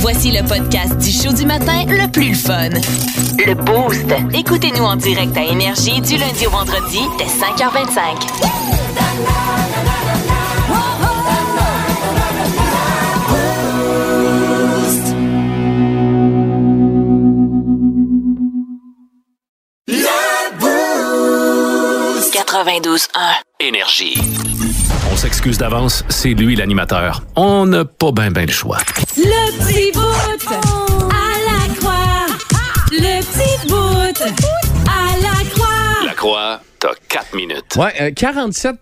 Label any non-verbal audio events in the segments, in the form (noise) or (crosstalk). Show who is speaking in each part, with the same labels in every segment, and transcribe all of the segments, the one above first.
Speaker 1: Voici le podcast du show du matin le plus fun. Le Boost. Écoutez-nous en direct à Énergie du lundi au vendredi dès 5h25.
Speaker 2: Énergie. On s'excuse d'avance, c'est lui l'animateur. On n'a pas bien ben le choix.
Speaker 3: Le petit bout à la croix. Le petit bout à la croix.
Speaker 2: La croix, t'as 4 minutes.
Speaker 4: Ouais, euh, 47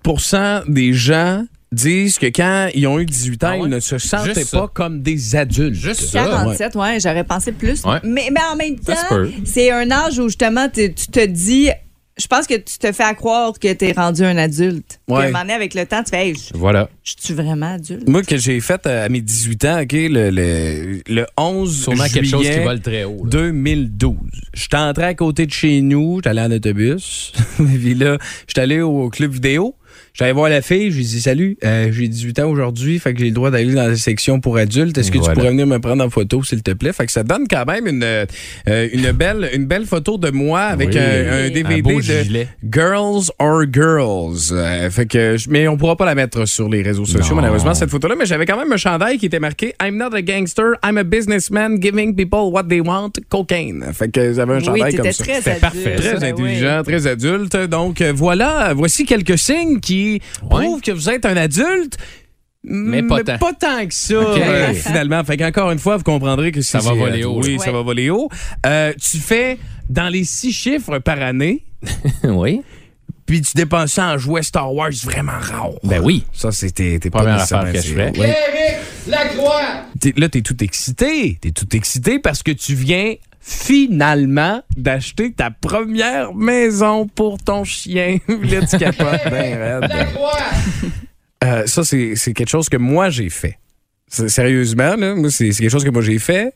Speaker 4: des gens disent que quand ils ont eu 18 ans, ils ne se sentaient
Speaker 5: Ah Juste ça.
Speaker 4: pas comme des adultes.
Speaker 5: Juste ça.
Speaker 6: 47, ouais, j'aurais pensé plus.
Speaker 5: Ouais.
Speaker 6: Mais, mais en même temps,
Speaker 5: Ça se peut.
Speaker 6: c'est un âge où justement tu tu te dis. Je pense que tu te fais à croire que tu es rendu un adulte. Puis à
Speaker 4: Ouais.
Speaker 6: un moment donné, avec le temps, tu fais Hey, je-
Speaker 5: Voilà.
Speaker 6: je suis vraiment adulte.
Speaker 4: Moi, que j'ai fait euh, à mes 18 ans, OK, le, le, le 11
Speaker 5: Sûrement
Speaker 4: juillet
Speaker 5: quelque chose qui vole très haut. là.
Speaker 4: 2012. J'étais entré à côté de chez nous, j'étais allé en autobus, (laughs) puis là, j'étais allé au club vidéo. J'allais voir la fille, j'ai dit salut, euh, j'ai 18 ans aujourd'hui, fait que j'ai le droit d'aller dans la section pour adultes. Est-ce que
Speaker 5: Voilà.
Speaker 4: tu pourrais venir me prendre en photo, s'il te plaît? Fait que ça donne quand même une, euh, une, belle, une belle photo de moi avec euh,
Speaker 5: Oui.
Speaker 4: un, un DVD
Speaker 5: Un beau
Speaker 4: de
Speaker 5: gilet.
Speaker 4: Girls or Girls. Euh, fait que, je- mais on pourra pas la mettre sur les réseaux sociaux,
Speaker 5: Non.
Speaker 4: malheureusement, cette photo-là. Mais j'avais quand même un chandail qui était marqué I'm not a gangster, I'm a businessman giving people what they want, cocaine. Fait que j'avais un
Speaker 6: oui,
Speaker 4: chandail
Speaker 6: tu
Speaker 4: comme
Speaker 6: étais
Speaker 4: ça.
Speaker 6: très adulte.
Speaker 5: parfait,
Speaker 4: Très
Speaker 6: Ben oui.
Speaker 4: intelligent, très adulte. Donc euh, voilà, voici quelques signes qui
Speaker 5: Ouais.
Speaker 4: prouvent que vous êtes un adulte.
Speaker 5: Mais pas tant.
Speaker 4: que ça,
Speaker 5: Ok.
Speaker 4: euh, finalement. Fait qu'encore une fois, vous comprendrez que
Speaker 5: Ça
Speaker 4: c'est-
Speaker 5: va
Speaker 4: c'est-
Speaker 5: voler haut,
Speaker 4: Oui,
Speaker 5: là.
Speaker 4: ça va voler haut. Euh, tu fais dans les six chiffres par année,
Speaker 5: (laughs) oui.
Speaker 4: puis tu dépenses ça en jouets Star Wars vraiment rare.
Speaker 5: Ben oui.
Speaker 4: Ça, c'était t'es pas
Speaker 5: Première
Speaker 4: nécessairement
Speaker 5: affaire que je fais.
Speaker 4: sûr. T'es- là, t'es tout excité. T'es tout excité parce que tu viens finalement d'acheter ta première maison pour ton chien. (laughs) là, tu capotes ben raide. Euh, ça, c'est c'est quelque chose que moi, j'ai fait. S- Sérieusement, là, moi, c'est c'est quelque chose que moi j'ai fait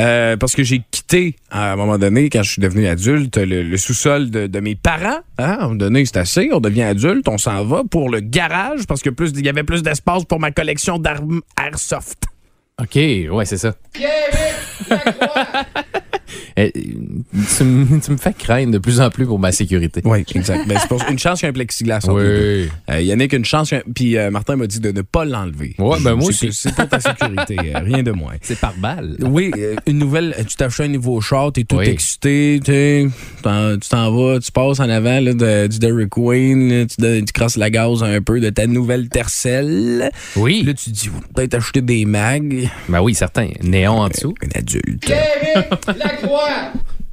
Speaker 4: euh, parce que j'ai quitté à un moment donné, quand je suis devenu adulte, le, le sous-sol de, de mes parents. Hein, à un moment donné, c'est assez, on devient adulte, on s'en va pour le garage parce que plus il y avait plus d'espace pour ma collection d'armes airsoft.
Speaker 5: OK, ouais, c'est ça. (laughs) Eh, tu, me, tu me fais craindre de plus en plus pour ma sécurité.
Speaker 4: Oui, exact. Ben, c'est pour- une chance qu'il y a un plexiglas. entre les deux.
Speaker 5: Oui.
Speaker 4: Euh, Yannick, une chance. qu'il y a- Puis euh, Martin m'a dit de ne pas l'enlever.
Speaker 5: Ouais, ben,
Speaker 4: Je-
Speaker 5: moi
Speaker 4: c'est-
Speaker 5: aussi.
Speaker 4: C'est pour ta sécurité, euh, rien de moins.
Speaker 5: C'est par balle.
Speaker 4: Oui, euh, une nouvelle, euh, tu t'achètes un nouveau char, t'es tout
Speaker 5: Oui.
Speaker 4: excité, t'es- t'en- tu t'en vas, tu passes en avant là, de- du Derrick Queen, là, tu, don- tu crosses la gaz un peu de ta nouvelle Tercel.
Speaker 5: Oui.
Speaker 4: Là, tu te dis, peut-être acheter des mags.
Speaker 5: Ben oui, certain. Néon en dessous.
Speaker 4: Un adulte.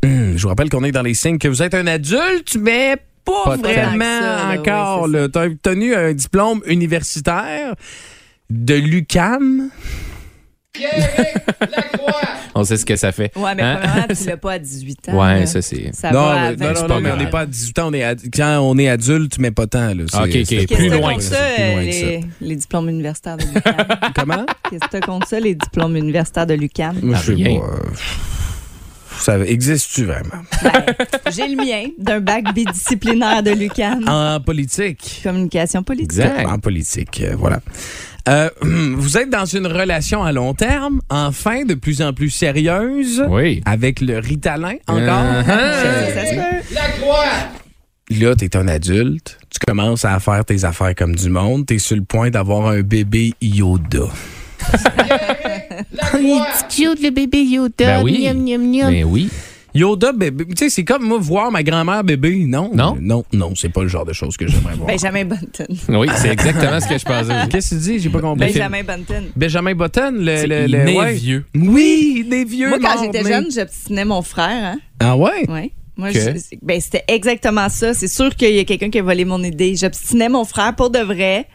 Speaker 4: Hum, je vous rappelle qu'on est dans les signes que vous êtes un adulte, mais pas,
Speaker 5: Pas tant que
Speaker 4: vraiment
Speaker 6: ça, là,
Speaker 4: encore.
Speaker 6: oui, c'est
Speaker 4: là. T'as obtenu un diplôme universitaire de l'UCAM.
Speaker 5: On sait ce que ça fait.
Speaker 6: Ouais, mais
Speaker 5: Hein?
Speaker 6: premièrement,
Speaker 4: (laughs)
Speaker 6: tu l'as pas à 18 ans.
Speaker 5: (laughs) Ouais,
Speaker 6: là.
Speaker 5: ça, c'est-
Speaker 6: Ça
Speaker 4: non,
Speaker 6: va
Speaker 4: mais, non,
Speaker 6: avec.
Speaker 4: non,
Speaker 5: c'est pas
Speaker 4: non, mais on
Speaker 5: grave.
Speaker 4: n'est pas à 18 ans, on est ad- quand on est adulte, mais pas tant. Là, C'est-
Speaker 5: Ok, ok.
Speaker 4: c'est-
Speaker 5: Plus
Speaker 6: Qu'est-ce que t'as
Speaker 5: loin
Speaker 6: contre
Speaker 5: que
Speaker 6: ça,
Speaker 4: ça, plus
Speaker 6: euh,
Speaker 4: loin que ça.
Speaker 6: les, les diplômes universitaires de l'UQAM?
Speaker 5: (laughs)
Speaker 4: Comment?
Speaker 6: Qu'est-ce que t'as contre ça, les diplômes universitaires de l'UQAM?
Speaker 4: Moi, je sais
Speaker 5: rien.
Speaker 4: pas, euh, Ça existe-tu vraiment?
Speaker 6: J'ai le mien d'un bac bidisciplinaire de l'UQAM.
Speaker 4: En politique.
Speaker 6: Communication politique.
Speaker 5: Exact.
Speaker 4: En politique, euh, voilà. Euh, (clears throat) vous êtes dans une relation à long terme, enfin de plus en plus sérieuse,
Speaker 5: Oui.
Speaker 4: avec le ritalin
Speaker 6: Ça,
Speaker 4: encore.
Speaker 6: ça se peut.
Speaker 4: Ah, Là, t'es un adulte, tu commences à faire tes affaires comme du monde, t'es sur le point d'avoir un bébé Yoda.
Speaker 5: Ben oui. Mais oui.
Speaker 4: Yoda bébé, tu sais, c'est comme moi voir ma grand-mère bébé, non?
Speaker 5: Non.
Speaker 4: Non, non, c'est pas le genre de choses que j'aimerais voir.
Speaker 6: Benjamin Bunton.
Speaker 5: Oui, c'est exactement ce que je pensais.
Speaker 6: (laughs)
Speaker 5: aussi.
Speaker 4: Qu'est-ce que tu dis? J'ai pas compris.
Speaker 6: Benjamin Bunton.
Speaker 4: Benjamin Button, le,
Speaker 5: C'est-
Speaker 4: le,
Speaker 5: il
Speaker 4: le-
Speaker 5: naît
Speaker 4: ouais.
Speaker 5: vieux.
Speaker 4: Oui, des vieux.
Speaker 6: Moi, quand
Speaker 4: mort
Speaker 6: j'étais
Speaker 4: né.
Speaker 6: jeune, j'obstinais mon frère. Hein?
Speaker 4: Ah ouais?
Speaker 6: Ouais. Moi,
Speaker 5: Que?
Speaker 6: je- c'est- ben, c'était exactement ça. C'est sûr qu'il y a quelqu'un qui a volé mon idée. J'obstinais mon frère pour de vrai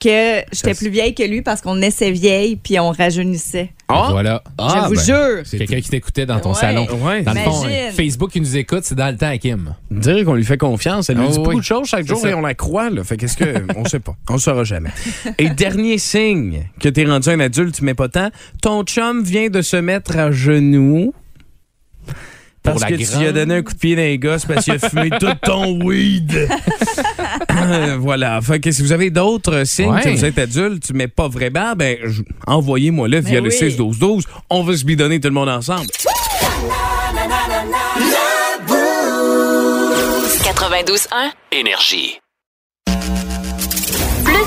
Speaker 6: que j'étais plus vieille que lui parce qu'on naissait vieille puis on rajeunissait.
Speaker 4: Ah.
Speaker 5: Voilà. ben.
Speaker 6: je vous jure.
Speaker 5: C'est Quelqu'un qui t'écoutait dans ton
Speaker 6: Ouais.
Speaker 5: salon.
Speaker 4: Ouais.
Speaker 5: Dans le fond,
Speaker 6: Imagine.
Speaker 5: Facebook qui nous écoute, c'est dans le temps à Kim.
Speaker 4: Dire qu'on lui fait confiance, elle nous
Speaker 5: Ah
Speaker 4: dit
Speaker 5: oui.
Speaker 4: beaucoup de choses chaque
Speaker 5: C'est
Speaker 4: jour
Speaker 5: ça.
Speaker 4: et on la croit. Là. Fait qu'est-ce
Speaker 5: (laughs)
Speaker 4: que. on sait pas. On saura jamais. (laughs) Et dernier signe que t'es rendu un adulte, mais pas tant, ton chum vient de se mettre à genoux. Parce
Speaker 5: la
Speaker 4: que tu lui as
Speaker 5: grande.
Speaker 4: donné un coup de pied dans les gosses parce qu'il a
Speaker 5: (laughs)
Speaker 4: fumé tout ton weed. voilà. Fait que si vous avez d'autres signes
Speaker 5: Ouais. Ben
Speaker 4: que vous êtes adulte, mais pas vraiment, ben, je- envoyez-moi-le via le
Speaker 6: oui.
Speaker 4: 6-12-12. On va se bidonner tout le monde ensemble.
Speaker 1: 92.1.
Speaker 2: Énergie.
Speaker 1: Plus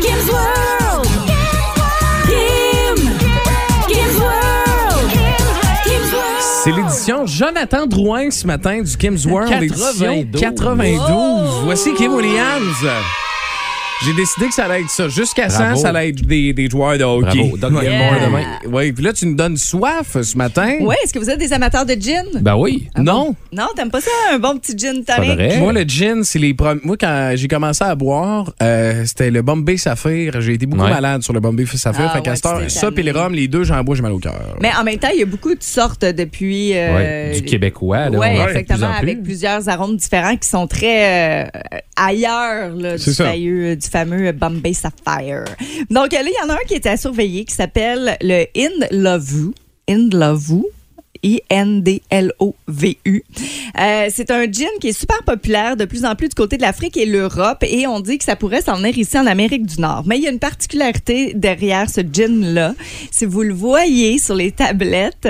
Speaker 3: Kim's World! Kim! Kim's World! Kim's World!
Speaker 4: C'est l'édition Jonathan Drouin ce matin du Kim's World, édition
Speaker 5: 92.
Speaker 4: 92. Voici Kim Williams. J'ai décidé que ça allait être ça. Jusqu'à 100,
Speaker 5: Bravo.
Speaker 4: ça allait être des, des joueurs de hockey.
Speaker 5: Bravo. Doug
Speaker 4: Ouais.
Speaker 5: Gilmour demain.
Speaker 4: Oui, puis là, tu nous donnes soif ce matin.
Speaker 6: Ouais, est-ce que vous êtes des amateurs de gin?
Speaker 5: Ben oui.
Speaker 4: Non.
Speaker 6: Non, t'aimes pas ça, un bon petit gin tonic?
Speaker 5: Faudrait.
Speaker 4: Moi, le gin, c'est les premiers. Moi, quand j'ai commencé à boire, euh, c'était le Bombay Saphir. J'ai été beaucoup
Speaker 5: Ouais.
Speaker 4: malade sur le Bombay Saphir.
Speaker 6: Ah,
Speaker 4: fait qu'à
Speaker 6: ouais,
Speaker 4: cette heure,
Speaker 6: tu t'es
Speaker 4: ça puis le
Speaker 6: calmé.
Speaker 4: rhum, les deux, j'en bois, j'ai mal au cœur.
Speaker 6: Mais en même temps, il y a beaucoup de sortes depuis. euh,
Speaker 5: Ouais, du
Speaker 6: les-
Speaker 5: québécois. Là,
Speaker 6: Oui,
Speaker 5: on en fait de plus
Speaker 6: exactement,
Speaker 5: en plus.
Speaker 6: avec plusieurs arômes différents qui sont très euh, ailleurs là,
Speaker 4: C'est
Speaker 6: du,
Speaker 4: ça.
Speaker 6: fameux, du fameux Bombay Sapphire. Donc euh, là, il y en a un qui était à surveiller qui s'appelle le Ind Lovu. Ind Lovu. I-N-D-L-O-V-U. Euh, c'est un gin qui est super populaire de plus en plus du côté de l'Afrique et l'Europe et on dit que ça pourrait s'en venir ici en Amérique du Nord. Mais il y a une particularité derrière ce gin-là. Si vous le voyez sur les tablettes,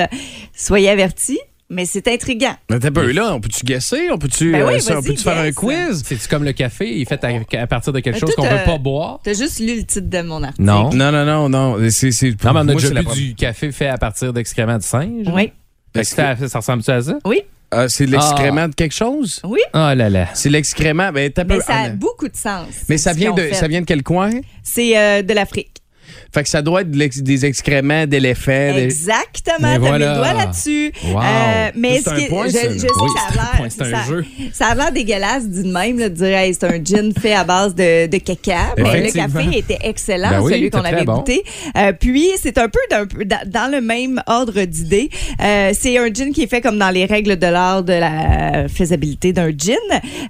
Speaker 6: soyez avertis, mais c'est intriguant.
Speaker 4: Mais T'as peu là, on peut-tu guesser? On peut-tu
Speaker 6: Ben oui,
Speaker 4: euh, ça, on
Speaker 6: vas-y,
Speaker 4: peut-tu faire un
Speaker 6: guess.
Speaker 4: quiz?
Speaker 5: C'est comme le café, il est fait à, à partir de quelque
Speaker 6: Mais
Speaker 5: chose
Speaker 6: tout,
Speaker 5: qu'on ne
Speaker 6: euh,
Speaker 5: veut pas boire.
Speaker 6: T'as juste lu le titre de mon article.
Speaker 5: Non.
Speaker 4: Non, non, non, non. C'est, c'est,
Speaker 5: Non, mais on a
Speaker 4: moi, c'est
Speaker 5: déjà
Speaker 4: la
Speaker 5: bu
Speaker 4: première-
Speaker 5: du café fait à partir d'excréments de singe.
Speaker 6: Oui.
Speaker 5: Fait que ça, ça ressemble-tu à ça?
Speaker 6: Oui.
Speaker 4: Ah, c'est de l'excrément de quelque chose?
Speaker 6: Oui.
Speaker 5: Oh là là.
Speaker 4: C'est l'excrément. Ben, t'as
Speaker 6: Mais
Speaker 4: peu-
Speaker 6: ça a
Speaker 4: Anna.
Speaker 6: beaucoup de sens.
Speaker 4: Mais ça
Speaker 6: ce
Speaker 4: vient,
Speaker 6: qu'ils
Speaker 4: de,
Speaker 6: ont fait.
Speaker 4: ça vient de quel coin?
Speaker 6: C'est euh, de l'Afrique.
Speaker 4: Fait que ça doit être de l'ex- des excréments d'éléphants. des-
Speaker 6: Exactement.
Speaker 5: Eh ben, Mais
Speaker 6: T'as mis
Speaker 5: voilà.
Speaker 6: le doigt là-dessus. Euh,
Speaker 5: Wow.
Speaker 6: mais
Speaker 4: C'est
Speaker 6: ce
Speaker 4: un
Speaker 6: qui-
Speaker 4: point,
Speaker 6: je,
Speaker 4: ça.
Speaker 6: je sais
Speaker 5: Oui,
Speaker 6: que ça
Speaker 5: c'est un
Speaker 6: a
Speaker 5: point,
Speaker 6: l'air.
Speaker 5: c'est un
Speaker 6: ça-
Speaker 5: jeu.
Speaker 6: Ça a l'air dégueulasse, dit de même, là, de dire Hey, c'est un gin fait à base de, de caca. Mais le
Speaker 4: Effectivement.
Speaker 6: café était excellent,
Speaker 5: Ben oui,
Speaker 6: celui qu'on
Speaker 5: c'était
Speaker 6: avait
Speaker 5: très bon.
Speaker 6: goûté. Euh, puis, c'est un peu d'un peu- dans, dans le même ordre d'idée. Euh, c'est un gin qui est fait comme dans les règles de l'art de la faisabilité d'un gin.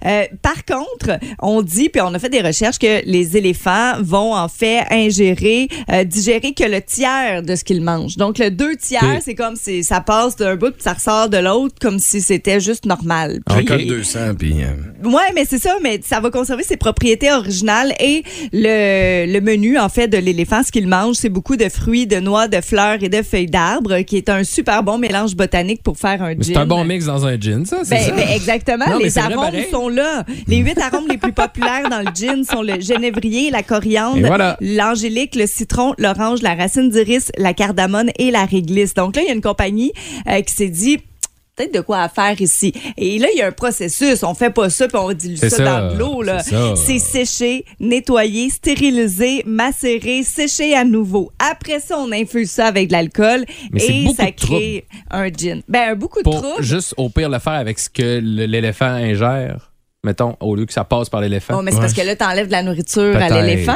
Speaker 6: Euh, par contre, on dit, puis on a fait des recherches, que les éléphants vont en fait ingérer, euh, digérer que le tiers de ce qu'ils mangent. Donc, le deux tiers,
Speaker 5: Ok.
Speaker 6: c'est comme si ça passe d'un bout puis ça ressort de l'autre comme si c'était juste normal.
Speaker 4: J'ai
Speaker 6: Puis-
Speaker 4: comme 200, puis... euh,
Speaker 6: oui, mais c'est ça, mais ça va conserver ses propriétés originales et le, le menu, en fait, de l'éléphant, ce qu'il mange, c'est beaucoup de fruits, de noix, de fleurs et de feuilles d'arbres, qui est un super bon mélange botanique pour faire un gin.
Speaker 5: Mais C'est un bon mix dans un gin, ça, c'est
Speaker 6: Ben,
Speaker 5: ça?
Speaker 6: ben, exactement,
Speaker 5: Non, mais
Speaker 6: les
Speaker 5: c'est vrai
Speaker 6: arômes
Speaker 5: pareil.
Speaker 6: sont là. Les huit arômes les plus populaires dans le gin sont le genévrier, la
Speaker 4: Et
Speaker 6: coriandre,
Speaker 4: voilà.
Speaker 6: l'angélique, le citron, l'orange, la racine d'iris, la cardamone et la réglisse. Donc là, il y a une compagnie euh, qui s'est dit peut-être de quoi à faire ici. Et là, il y a un processus. On fait pas ça puis on dilue ça,
Speaker 5: C'est ça,
Speaker 6: dans de l'eau. là.
Speaker 5: c'est ça.
Speaker 6: C'est séché, nettoyé, stérilisé, macéré, séché à nouveau. Après ça, on infuse ça avec de l'alcool
Speaker 5: Mais c'est
Speaker 6: et
Speaker 5: beaucoup
Speaker 6: ça
Speaker 5: de trouble.
Speaker 6: crée un gin. Ben, beaucoup de
Speaker 5: Pour
Speaker 6: troubles.
Speaker 5: juste, au pire, le faire avec ce que le- l'éléphant ingère, mettons, au lieu que ça passe par l'éléphant.
Speaker 6: Oh, mais c'est parce que là, t'enlèves de la nourriture à
Speaker 5: Peut-être.
Speaker 6: l'éléphant.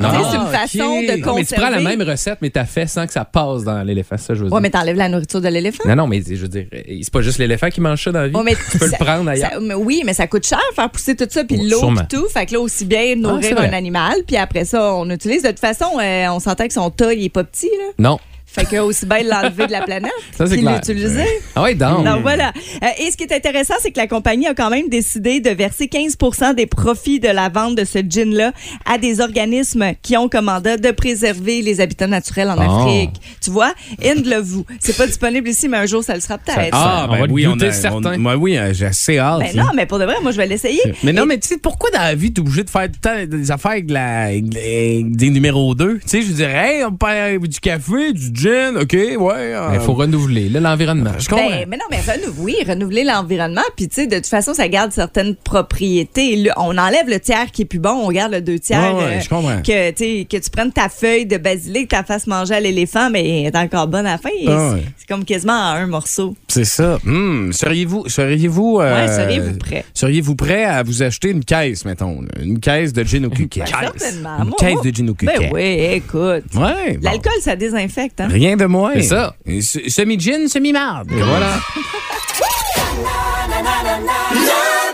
Speaker 5: Non.
Speaker 6: Tu sais, C'est une
Speaker 4: Ah,
Speaker 6: façon de
Speaker 4: ok.
Speaker 6: conserver.
Speaker 5: Non, mais tu prends la même recette, mais t'as fait sans que ça passe dans l'éléphant, ça, je veux
Speaker 6: Ouais,
Speaker 5: dire.
Speaker 6: mais t'enlèves la nourriture de
Speaker 5: (laughs)
Speaker 6: l'éléphant.
Speaker 5: Non, non, mais je veux dire, euh, c'est pas juste l'éléphant qui mange ça dans la vie.
Speaker 6: Ouais, mais
Speaker 5: tu peux
Speaker 6: ça-
Speaker 5: le prendre ailleurs.
Speaker 6: ça- mais oui, mais ça coûte cher faire pousser tout ça, puis
Speaker 5: Ouais,
Speaker 6: l'eau,
Speaker 5: sûrement. Ah,
Speaker 6: puis tout. Fait que là, aussi bien
Speaker 5: c'est
Speaker 6: nourrir
Speaker 5: vrai.
Speaker 6: un animal, puis après ça, on utilise. De toute façon, euh, on s'entend que son tas, il est pas petit, là.
Speaker 5: Non.
Speaker 6: Fait que aussi bien l'enlever de la planète,
Speaker 5: Ça, c'est
Speaker 6: puis
Speaker 5: clair.
Speaker 6: l'utiliser.
Speaker 5: Ah ouais, donc.
Speaker 6: Non, voilà. Euh, et ce qui est intéressant, c'est que la compagnie a quand même décidé de verser 15 des profits de la vente de ce gin-là à des organismes qui ont comme mandat de préserver les habitats naturels en
Speaker 5: Bon.
Speaker 6: Afrique. Tu vois, Inde le vous. C'est pas disponible ici, mais un jour, ça le sera peut-être.
Speaker 5: Ah,
Speaker 4: ben
Speaker 5: on va le
Speaker 4: oui, on
Speaker 5: goûter,
Speaker 4: a,
Speaker 5: certain.
Speaker 4: on- moi, oui, euh, j'ai assez hâte.
Speaker 6: Ben non, mais pour de vrai, moi, je vais l'essayer.
Speaker 4: Mais non, mais tu sais, pourquoi dans la vie, t'es obligé de faire tout le temps des affaires avec, la, avec des numéros 2? Tu sais, je dirais, hey, on parle du café, du gin, OK, ouais. euh,
Speaker 5: Il Ben, faut renouveler là, l'environnement.
Speaker 4: je comprends.
Speaker 6: Ben, mais non, mais renou- oui, renouveler l'environnement. Puis, tu sais, de toute façon, ça garde certaines propriétés. Le- On enlève le tiers qui est plus bon, on garde le deux tiers. euh,
Speaker 4: Ouais, ouais, je comprends.
Speaker 6: Que, tu sais, que tu prennes ta feuille de basilic, ta fasses manger à l'éléphant, mais elle est encore bonne à la fin.
Speaker 4: Ah,
Speaker 6: C'est-
Speaker 4: ouais.
Speaker 6: C'est comme quasiment en un morceau.
Speaker 4: C'est ça. Hmm, Seriez-vous seriez-vous euh,
Speaker 6: Ouais, seriez-vous prêt?
Speaker 4: seriez-vous prêt à vous acheter une caisse mettons, là, une caisse de gin au cuquet.
Speaker 6: Ben, Certainement.
Speaker 4: Ben, Une
Speaker 6: Moi,
Speaker 4: caisse
Speaker 6: moi-
Speaker 4: de gin au cuquet.
Speaker 6: Ben oui, écoute.
Speaker 4: Ouais. bon.
Speaker 6: L'alcool, ça désinfecte, hein?
Speaker 4: Rien de moins.
Speaker 5: C'est ça.
Speaker 4: Et se- Semi-gin, semi-marde. Et voilà.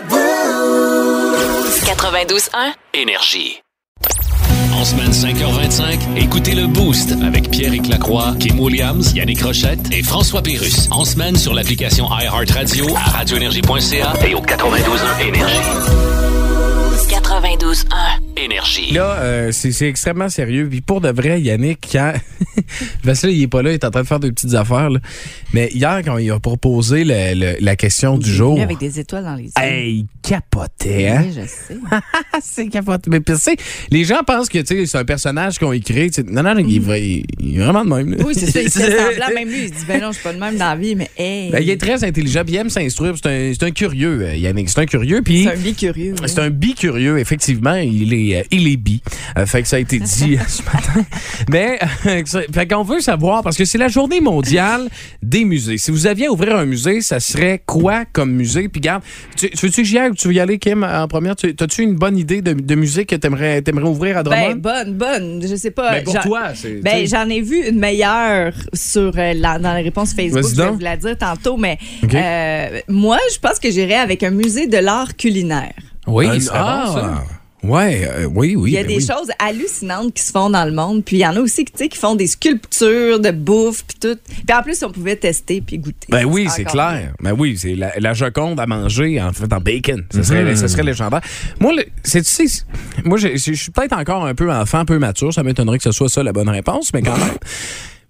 Speaker 1: Boost 92.1.
Speaker 2: Énergie. En semaine 5h25, écoutez le Boost avec Pierre-Éric Lacroix, Kim Williams, Yannick Rochette et François Pérus. En semaine sur l'application iHeartRadio à radioénergie.ca et au 92.1 Énergie.
Speaker 1: 92.1.
Speaker 2: Énergie.
Speaker 4: Là, euh, c'est c'est extrêmement sérieux. Puis pour de vrai, Yannick, quand. (laughs) Parce que là, il est pas là, il est en train de faire des petites affaires. là. Mais hier, quand il a proposé le- le- la question du jour.
Speaker 6: Lui, Avec des étoiles dans les yeux.
Speaker 4: Hey, il capotait, hein?
Speaker 6: Oui, je sais. (laughs)
Speaker 4: Ah, c'est capote. Mais puis, tu sais, les gens pensent que tu sais, c'est un personnage qu'on écrit. tu sais. Non, non, non, il, est vrai- il- il est vraiment de même. là.
Speaker 6: Mm. Oui, c'est ça,
Speaker 4: (laughs)
Speaker 6: il se semblant. Même lui, il se dit, ben non, je suis pas de même dans la vie, mais hey.
Speaker 4: Ben, il est très intelligent, puis il aime s'instruire. puis C'est un, c'est un curieux, euh, Yannick. C'est un curieux, puis.
Speaker 6: C'est un bicurieux. oui.
Speaker 4: C'est un bi-curieux, effectivement. Il est, euh, il est bi. Euh, fait que ça a
Speaker 6: (laughs)
Speaker 4: été dit ce matin. Mais, euh, ça- fait qu'on veut savoir, parce que c'est la journée mondiale des musées. Si vous aviez à ouvrir un musée, ça serait quoi comme musée? Puis, garde, tu, tu veux-tu que j'y aille ou tu veux y aller, Kim, en première? Tu- T'as-tu une bonne idée de, de musée que t'aimerais aimerais ouvrir à
Speaker 6: Ben,
Speaker 4: Drummond?
Speaker 6: bonne, bonne. Je sais pas.
Speaker 4: Mais pour
Speaker 6: J'en-
Speaker 4: toi, c'est-
Speaker 6: Ben,
Speaker 4: tu sais.
Speaker 6: j'en ai vu une meilleure sur, euh, la- dans les réponses Facebook.
Speaker 4: Vas-y
Speaker 6: Je vais
Speaker 4: donc.
Speaker 6: vous la dire tantôt, mais
Speaker 4: OK.
Speaker 6: euh, moi, je pense que j'irais avec un musée de l'art culinaire.
Speaker 5: Oui,
Speaker 4: Un-
Speaker 5: c'est
Speaker 4: ah,
Speaker 5: bon, ça.
Speaker 4: Ouais, euh, oui, oui.
Speaker 6: Il y a
Speaker 4: ben
Speaker 6: des
Speaker 4: oui.
Speaker 6: choses hallucinantes qui se font dans le monde. Puis il y en a aussi tu sais, qui font des sculptures de bouffe, puis tout. Puis en plus, on pouvait tester puis goûter.
Speaker 4: Ben oui, c'est
Speaker 6: encore
Speaker 4: clair. Ben oui, c'est la, la Joconde à manger en fait en bacon. Ce serait,
Speaker 5: Mhm.
Speaker 4: ce serait légendaire. Moi, le- c'est tu sais, c'est- moi je, je suis peut-être encore un peu enfant, un peu mature. Ça m'étonnerait que ce soit ça la bonne réponse, mais quand même.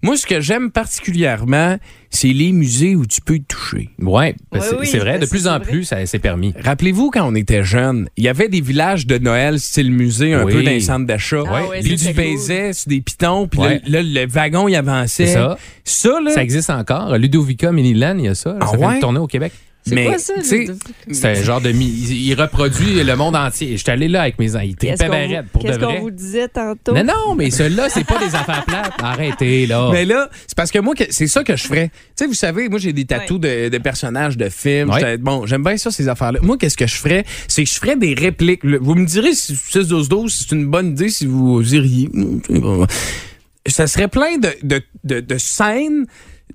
Speaker 4: Moi, ce que j'aime particulièrement, c'est les musées où tu peux y toucher.
Speaker 5: Ouais, ben,
Speaker 6: Oui,
Speaker 5: c'est
Speaker 6: oui,
Speaker 5: c'est vrai.
Speaker 6: ben,
Speaker 5: De
Speaker 6: c'est
Speaker 5: plus en
Speaker 6: vrai.
Speaker 5: plus, ça c'est permis.
Speaker 4: Rappelez-vous quand on était jeune, il y avait des villages de Noël style musée, un
Speaker 5: Oui.
Speaker 4: peu d'un centre d'achat.
Speaker 6: Ah ouais,
Speaker 4: puis
Speaker 6: c'était
Speaker 4: tu baisais sur des pitons, puis
Speaker 5: Ouais.
Speaker 4: là, là, le wagon il avançait.
Speaker 5: C'est ça.
Speaker 4: Ça là,
Speaker 5: Ça existe encore. Ludovica Minilan, il y a ça. là.
Speaker 4: Ah
Speaker 5: ça fait
Speaker 4: ouais?
Speaker 5: une tournée au Québec.
Speaker 4: mais
Speaker 6: quoi ça,
Speaker 4: tu sais,
Speaker 6: Ludovica?
Speaker 5: C'est un genre de. mi- Il il reproduit le monde entier. J'étais allé là avec mes amis. Ils
Speaker 6: Qu'est-ce
Speaker 5: tripaient
Speaker 6: qu'on
Speaker 5: bien
Speaker 6: vous-
Speaker 5: raide, pour de
Speaker 6: Qu'est-ce qu'on
Speaker 5: vrai.
Speaker 6: vous disait tantôt?
Speaker 5: Non, non, mais ceux-là, c'est pas des affaires plates. Arrêtez, là.
Speaker 4: Mais là, c'est parce que moi, que- c'est ça que je ferais. Tu sais, vous savez, moi, j'ai des tatous de, de personnages de films.
Speaker 5: Ouais.
Speaker 4: J'étais- Bon, j'aime bien ça, ces affaires-là. Moi, qu'est-ce que je ferais? C'est que je ferais des répliques. Le- Vous me direz si 6-12-12, si c'est une bonne idée, si vous iriez. Ça serait plein de, de, de, de scènes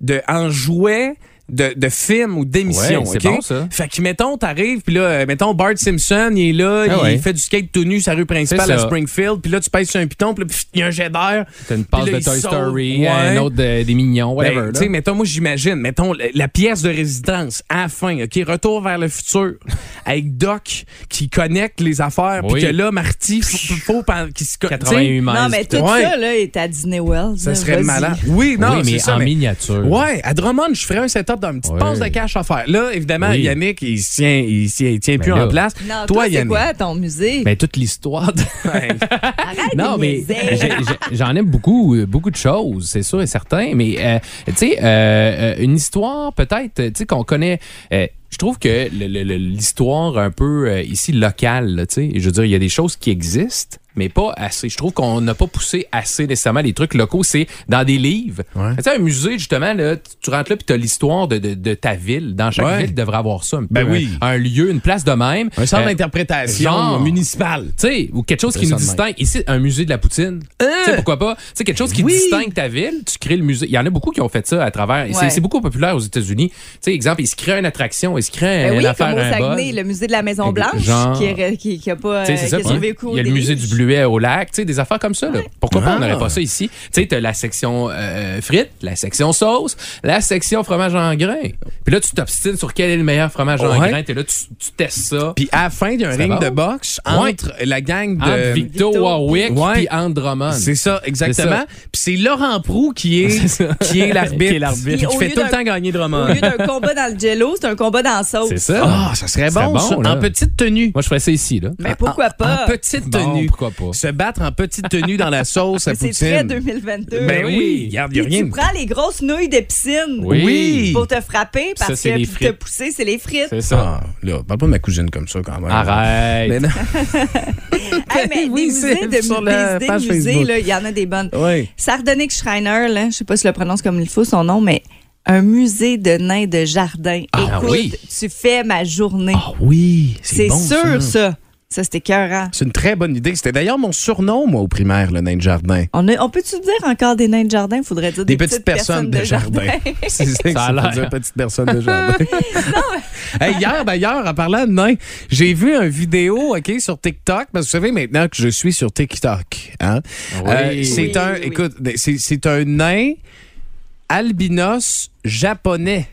Speaker 4: de, en jouets. De, de films ou d'émissions.
Speaker 5: Ouais, c'est
Speaker 4: OK?
Speaker 5: bon, ça.
Speaker 4: Fait que, mettons, t'arrives, puis là, euh, mettons, Bart Simpson, il est là,
Speaker 5: Ah
Speaker 4: il
Speaker 5: ouais.
Speaker 4: fait du skate tout nu sur la rue principale
Speaker 5: C'est
Speaker 4: à
Speaker 5: ça.
Speaker 4: Springfield, puis là, tu pèses sur un piton, puis là, pff, il y a un jet d'air.
Speaker 5: T'as une passe
Speaker 4: Puis là,
Speaker 5: de
Speaker 4: il
Speaker 5: Toy
Speaker 4: saute.
Speaker 5: Story,
Speaker 4: Ouais.
Speaker 5: un autre de- des Mignons, whatever.
Speaker 4: Ben,
Speaker 5: là.
Speaker 4: tu sais, mettons, moi, j'imagine, mettons, la, la pièce de résidence, à la fin, OK, retour vers le
Speaker 5: (laughs)
Speaker 4: futur, avec Doc qui connecte les affaires,
Speaker 5: Oui.
Speaker 4: puis que là, Marty, faut, faut pas- qu'il se co- tu sais,
Speaker 5: 88 miles.
Speaker 6: Non, mais tout
Speaker 4: Ouais.
Speaker 6: ça, là, est à Disney World.
Speaker 4: Ça
Speaker 6: là.
Speaker 4: serait
Speaker 6: Vas-y.
Speaker 4: malin. Oui, non,
Speaker 5: oui,
Speaker 4: c'est
Speaker 5: mais
Speaker 4: ça,
Speaker 5: en miniature.
Speaker 4: Ouais, à Drummond, je ferais un setup dans une petite
Speaker 5: Ouais.
Speaker 4: passe de cash à faire. Là, évidemment,
Speaker 5: Oui.
Speaker 4: Yannick, il se tient, il se tient, il tient
Speaker 5: Mais
Speaker 4: plus
Speaker 5: là-
Speaker 4: en place.
Speaker 6: Non, toi, c'est
Speaker 4: Yannick. (laughs) ben,
Speaker 6: quoi ton musée?
Speaker 5: Ben, toute l'histoire. de- (laughs)
Speaker 4: Ouais.
Speaker 6: (laughs) Arrête
Speaker 5: Non,
Speaker 6: de
Speaker 5: mais
Speaker 6: niaiser.
Speaker 5: j'ai- j'ai- j'en aime beaucoup, euh, beaucoup de choses, c'est sûr et certain. Mais, euh, tu sais, euh, euh, une histoire peut-être, euh, tu sais, qu'on connaît. euh, je trouve que le- le- le- l'histoire un peu euh, ici locale, là, tu sais, je veux dire, il y a des choses qui existent, mais pas assez. Je trouve qu'on n'a pas poussé assez nécessairement les trucs locaux. C'est dans des livres.
Speaker 4: Ouais.
Speaker 5: Tu sais, un musée, justement, là, tu- tu rentres là puis tu as l'histoire de, de- de ta ville. Dans chaque
Speaker 4: Ouais.
Speaker 5: ville, devrait avoir ça. Un, peu,
Speaker 4: Ben
Speaker 5: un-
Speaker 4: oui.
Speaker 5: un, lieu, une place de même.
Speaker 4: Un centre
Speaker 5: Euh,
Speaker 4: d'interprétation
Speaker 5: genre.
Speaker 4: municipal.
Speaker 5: tu sais, ou quelque chose qui
Speaker 4: Ça
Speaker 5: nous
Speaker 4: de même.
Speaker 5: distingue. Ici, un musée de la poutine. Tu
Speaker 6: Hein?
Speaker 5: sais, pourquoi pas? Tu sais, quelque chose qui
Speaker 4: Oui.
Speaker 5: distingue ta ville, tu crées le musée. Il y en a beaucoup qui ont fait ça à travers. et c'est-
Speaker 6: Ouais.
Speaker 5: C'est beaucoup populaire aux États-Unis. Tu sais, exemple, ils se créent une attraction, ils se créent
Speaker 6: Ben
Speaker 5: une
Speaker 6: oui,
Speaker 5: affaire,
Speaker 6: comme au
Speaker 5: un
Speaker 6: Saguenay,
Speaker 5: buzz.
Speaker 6: le musée de la Maison Blanche,
Speaker 5: Genre.
Speaker 6: qui, est- qui, qui a pas
Speaker 5: Tu sais,
Speaker 6: euh,
Speaker 5: c'est
Speaker 6: qui
Speaker 5: ça.
Speaker 6: a
Speaker 5: puis
Speaker 6: survécu au
Speaker 5: Il y a le
Speaker 6: déluge.
Speaker 5: musée du Bluet au lac, tu sais, des affaires comme ça. Là. Pourquoi pas
Speaker 4: Ah.
Speaker 5: on n'aurait pas ça ici? Tu sais, t'as la section euh, frites, la section sauce, la section fromage en grain. Puis là, tu t'obstines sur quel est le meilleur fromage en
Speaker 4: Ouais.
Speaker 5: grain. T'es là, tu, tu testes ça.
Speaker 4: Puis à la fin, il y a un
Speaker 5: Serait
Speaker 4: ring
Speaker 5: bon.
Speaker 4: de boxe
Speaker 5: Ouais.
Speaker 4: entre la gang de...
Speaker 5: entre Victor
Speaker 6: Victo,
Speaker 5: Warwick
Speaker 4: Ouais.
Speaker 5: puis Andre Drummond.
Speaker 4: C'est ça, exactement.
Speaker 5: ça.
Speaker 4: Puis c'est Laurent Proux qui
Speaker 5: (laughs) C'est
Speaker 4: est,
Speaker 5: ça.
Speaker 4: qui est l'arbitre.
Speaker 5: Qui est l'arbitre.
Speaker 4: Puis qui
Speaker 6: Au
Speaker 4: fait
Speaker 6: lieu
Speaker 4: tout le
Speaker 6: d'un-
Speaker 4: temps gagner Drummond.
Speaker 6: Au lieu d'un combat dans le jello, c'est un combat dans la
Speaker 5: (laughs)
Speaker 6: sauce.
Speaker 5: C'est ça.
Speaker 4: Ah, ça serait
Speaker 5: Ça serait
Speaker 4: bon,
Speaker 5: bon,
Speaker 4: ça.
Speaker 5: là.
Speaker 4: En petite tenue.
Speaker 5: Moi, je ferais ça ici, là.
Speaker 6: Ben, Mais pourquoi pas?
Speaker 4: En petite
Speaker 5: Bon,
Speaker 4: tenue.
Speaker 5: pourquoi pas.
Speaker 4: se battre en petite tenue dans la sauce à
Speaker 6: C'est
Speaker 4: Poutine.
Speaker 6: très 2022.
Speaker 4: Ben
Speaker 5: oui.
Speaker 4: oui, regarde, il
Speaker 6: Puis
Speaker 4: a rien.
Speaker 6: tu prends les grosses nouilles de piscine
Speaker 5: Oui.
Speaker 4: Oui.
Speaker 6: pour te frapper parce
Speaker 5: c'est
Speaker 6: que
Speaker 5: les
Speaker 6: pour te
Speaker 5: frites.
Speaker 6: pousser, c'est les frites.
Speaker 5: C'est ça.
Speaker 4: Ah, là, parle pas de ma cousine comme ça quand même.
Speaker 5: Arrête.
Speaker 4: Mais non.
Speaker 6: Hey,
Speaker 5: (laughs)
Speaker 6: mais
Speaker 4: Oui,
Speaker 6: des
Speaker 4: c'est
Speaker 6: musées, de,
Speaker 4: sur
Speaker 6: des
Speaker 4: la
Speaker 6: idées
Speaker 4: page
Speaker 6: de musées,
Speaker 4: Facebook.
Speaker 6: là, il y en a des bonnes.
Speaker 4: Oui.
Speaker 6: Sardonic Schreiner, là, je sais pas si je le prononce comme il faut son nom, mais un musée de nains de jardin.
Speaker 5: Ah
Speaker 6: Écoute,
Speaker 5: oui.
Speaker 6: tu fais ma journée.
Speaker 4: Ah oui,
Speaker 6: c'est
Speaker 4: c'est bon,
Speaker 6: sûr, ça.
Speaker 4: ça.
Speaker 6: Ça, c'était écœurant.
Speaker 4: C'est une très bonne idée. C'était d'ailleurs mon surnom, moi, au primaire, le nain de jardin.
Speaker 6: On, a- on peut-tu dire encore des nains de jardin? Il faudrait dire des,
Speaker 4: Des, petites, personnes, de jardin. (laughs) C'est ça que
Speaker 5: Ça a
Speaker 4: ça veut
Speaker 5: l'air.
Speaker 4: dire, petites personnes de jardin. Hey, hier, d'ailleurs, en parlant de nains, j'ai vu une vidéo ok, sur TikTok. Parce que vous savez maintenant que je suis sur TikTok. hein.
Speaker 5: Oui.
Speaker 4: c'est
Speaker 6: Oui,
Speaker 4: un,
Speaker 6: oui.
Speaker 4: écoute, ben, c'est- c'est un nain albinos japonais.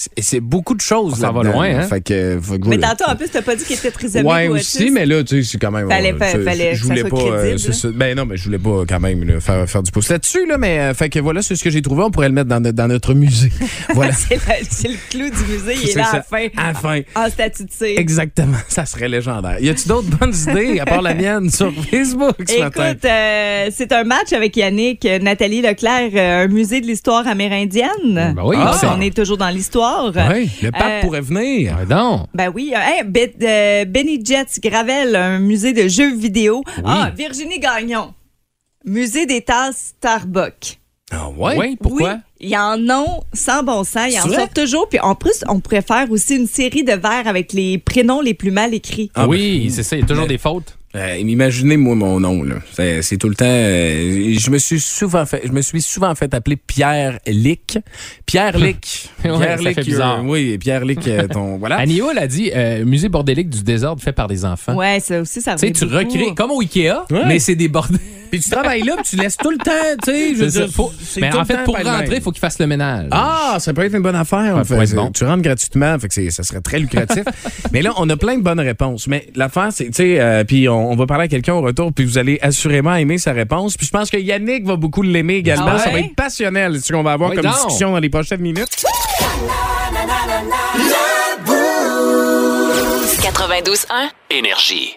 Speaker 4: C'est c'est beaucoup de choses.
Speaker 5: Ça va
Speaker 4: là-dedans,
Speaker 5: loin,
Speaker 4: là.
Speaker 5: hein?
Speaker 4: Fait que, faut que
Speaker 6: (laughs)
Speaker 4: vous-
Speaker 6: Mais tantôt, en plus, t'as pas dit qu'il était trisomique
Speaker 4: Ouais,
Speaker 6: ou
Speaker 4: aussi,
Speaker 6: autiste.
Speaker 4: mais là, tu sais, c'est quand même.
Speaker 6: Fallait pas-
Speaker 4: tu sais,
Speaker 6: fallait
Speaker 4: je
Speaker 6: que ça
Speaker 4: voulais
Speaker 6: soit
Speaker 4: pas.
Speaker 6: crédible,
Speaker 4: c'est
Speaker 6: là.
Speaker 4: ça. ben non, mais je voulais pas quand même là, faire, faire du pouce là-dessus, là, mais euh, fait que voilà, c'est ce que j'ai trouvé. On pourrait le mettre dans, notre- dans notre
Speaker 6: (laughs)
Speaker 4: musée. Voilà.
Speaker 6: c'est, la- c'est le clou du musée, il est,
Speaker 4: C'est
Speaker 6: là à
Speaker 4: ça.
Speaker 6: la fin.
Speaker 4: À la fin.
Speaker 6: En statut de cire.
Speaker 4: Exactement, ça serait légendaire. Y a-tu d'autres
Speaker 6: (laughs)
Speaker 4: bonnes idées à part la mienne sur Facebook ce matin?
Speaker 6: Écoute, euh, c'est un match avec Yannick, euh, Nathalie Leclerc, euh, un musée de l'histoire amérindienne.
Speaker 5: Ben oui,
Speaker 6: Ah,
Speaker 5: c'est-
Speaker 6: on est toujours dans l'histoire.
Speaker 4: Oui, le pape
Speaker 6: Euh,
Speaker 4: pourrait venir.
Speaker 5: Ah, non.
Speaker 6: Ben oui, euh, hey, Be- euh, Benny Jets Gravel, un musée de jeux vidéo. Ah, Virginie Gagnon, musée des tasses Starbucks.
Speaker 4: Ah ouais?
Speaker 5: Oui, pourquoi?
Speaker 6: Oui, il y en ont sans bon sens, il
Speaker 4: C'est
Speaker 6: en
Speaker 4: vrai?
Speaker 6: sort toujours. Puis en plus, on pourrait faire aussi une série de verres avec les prénoms les plus mal écrits.
Speaker 4: Ah,
Speaker 5: oui,
Speaker 4: ben,
Speaker 5: c'est ça. Il y a toujours des fautes.
Speaker 4: Euh, Imaginez-moi mon nom, là. C'est c'est tout le temps. euh, je me suis souvent fait. Je me suis souvent fait appeler Pierre Lick.
Speaker 5: (laughs)
Speaker 4: Pierre Lick.
Speaker 5: Ouais,
Speaker 4: Pierre
Speaker 5: ça fait
Speaker 4: euh,
Speaker 5: bizarre.
Speaker 4: oui, Pierre Lick, euh, ton. Voilà.
Speaker 5: (laughs) Annie Hall a dit euh, musée bordélique du désordre fait par des enfants.
Speaker 6: Ouais, ça aussi,
Speaker 5: Ah.
Speaker 6: ça
Speaker 5: Tu sais,
Speaker 6: revient
Speaker 5: tu
Speaker 6: beaucoup.
Speaker 5: recrées comme au Ikea,
Speaker 4: Ouais.
Speaker 5: mais c'est des bordels.
Speaker 4: (laughs) Puis tu travailles là, puis tu laisses tout le temps, tu sais. je veux
Speaker 5: C'est ça.
Speaker 4: dire,
Speaker 5: Faut-
Speaker 4: c'est
Speaker 5: Mais en
Speaker 4: tout le
Speaker 5: fait,
Speaker 4: temps
Speaker 5: pour
Speaker 4: pas le
Speaker 5: rentrer,
Speaker 4: même.
Speaker 5: il faut qu'il fasse le ménage.
Speaker 4: Ah, ça peut être une bonne affaire.
Speaker 5: Ouais,
Speaker 4: en fait.
Speaker 5: faut être
Speaker 4: C'est-
Speaker 5: bon.
Speaker 4: Tu rentres gratuitement, fait que c'est- ça serait très lucratif. Mais là, on a plein de bonnes réponses. Mais l'affaire, c'est, tu sais, euh, puis on, on va parler à quelqu'un au retour, puis vous allez assurément aimer sa réponse. Puis je pense que Yannick va beaucoup l'aimer également.
Speaker 6: Ah ouais?
Speaker 4: Ça va être passionnel, ce qu'on va avoir
Speaker 5: Oui,
Speaker 4: comme
Speaker 5: donc.
Speaker 4: discussion dans les prochaines minutes.
Speaker 1: 92.1.
Speaker 2: Énergie.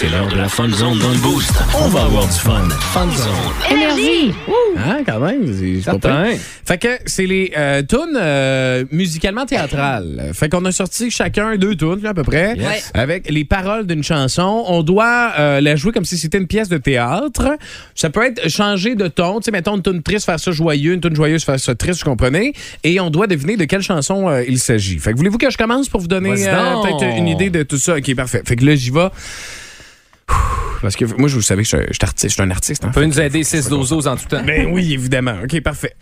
Speaker 2: C'est l'heure de la fun zone dans le boost. On va avoir du fun. Fun zone.
Speaker 4: Ah, quand même, c'est- je comprends.
Speaker 5: Certain.
Speaker 4: Fait que c'est les euh, tunes euh, musicalement théâtrales. Fait qu'on a sorti chacun deux tunes, là, à peu près,
Speaker 5: Yes.
Speaker 4: avec les paroles d'une chanson. On doit euh, la jouer comme si c'était une pièce de théâtre. Ça peut être changer de ton. Tu sais, mettons une tune triste, faire ça joyeux, une tune joyeuse, faire ça triste, vous comprenez? Et on doit deviner de quelle chanson euh, il s'agit. Fait que voulez-vous que je commence pour vous donner
Speaker 5: Vas-y
Speaker 4: euh,
Speaker 5: donc.
Speaker 4: peut-être une idée de tout ça? OK, parfait. Fait que là, j'y vais. Ouh, Parce que moi, je vous savez que je suis- je suis artiste, je suis un artiste. hein.
Speaker 5: Peut nous aider 6 dozos en tout temps.
Speaker 4: Ben oui, évidemment. OK, parfait.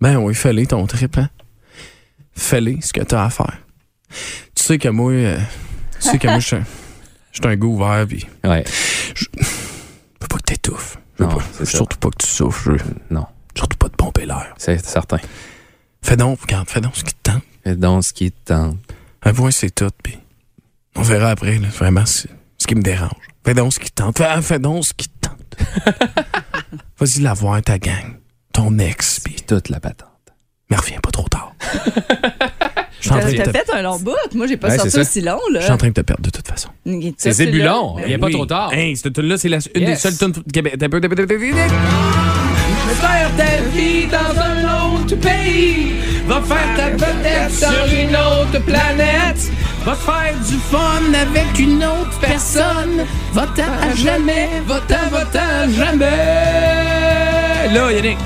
Speaker 4: Ben oui, fais-les ton trip, hein. Fais-les ce que t'as à faire. Tu sais que moi, euh, tu sais que moi, je suis un- je suis un gars ouvert, puis
Speaker 5: Ouais.
Speaker 4: je veux pas que t'étouffes. Je veux
Speaker 5: Non,
Speaker 4: pas.
Speaker 5: c'est ça.
Speaker 4: Surtout pas que tu souffres. Je veux
Speaker 5: Non,
Speaker 4: surtout pas te pomper l'air.
Speaker 5: c'est certain.
Speaker 4: Fais donc, regarde, fais donc ce qui te tente.
Speaker 5: Fais donc ce qui te tente.
Speaker 4: Un point, c'est tout, puis on verra après, là, vraiment, c'est ce qui me dérange. Fais donc ce qui te tente. Fais, fais donc ce qui te
Speaker 5: (laughs)
Speaker 4: tente. Vas-y la voir, ta gang, ton ex, puis
Speaker 5: Toute la patente.
Speaker 4: mais reviens pas trop tard. Je suis en
Speaker 6: T'as
Speaker 4: train de
Speaker 6: t'as
Speaker 4: te-
Speaker 6: fait un long bout. Moi, j'ai pas
Speaker 5: Ouais,
Speaker 6: sorti
Speaker 5: c'est ça.
Speaker 6: aussi long.
Speaker 4: je suis
Speaker 6: là.
Speaker 4: en train de te perdre de toute façon.
Speaker 5: C'est Zébulon. Il n'y a pas trop tard.
Speaker 4: Ben Hey, cette tune là c'est la- une
Speaker 5: Yes.
Speaker 4: des seules tunes de Québec. T'as peu
Speaker 5: Faire
Speaker 4: de
Speaker 5: ta vie dans un autre pays. Va faire ta vedette sur une autre planète.
Speaker 4: Va faire du fun avec une autre personne. Vote à jamais, vote à vote à jamais. Là, Yannick.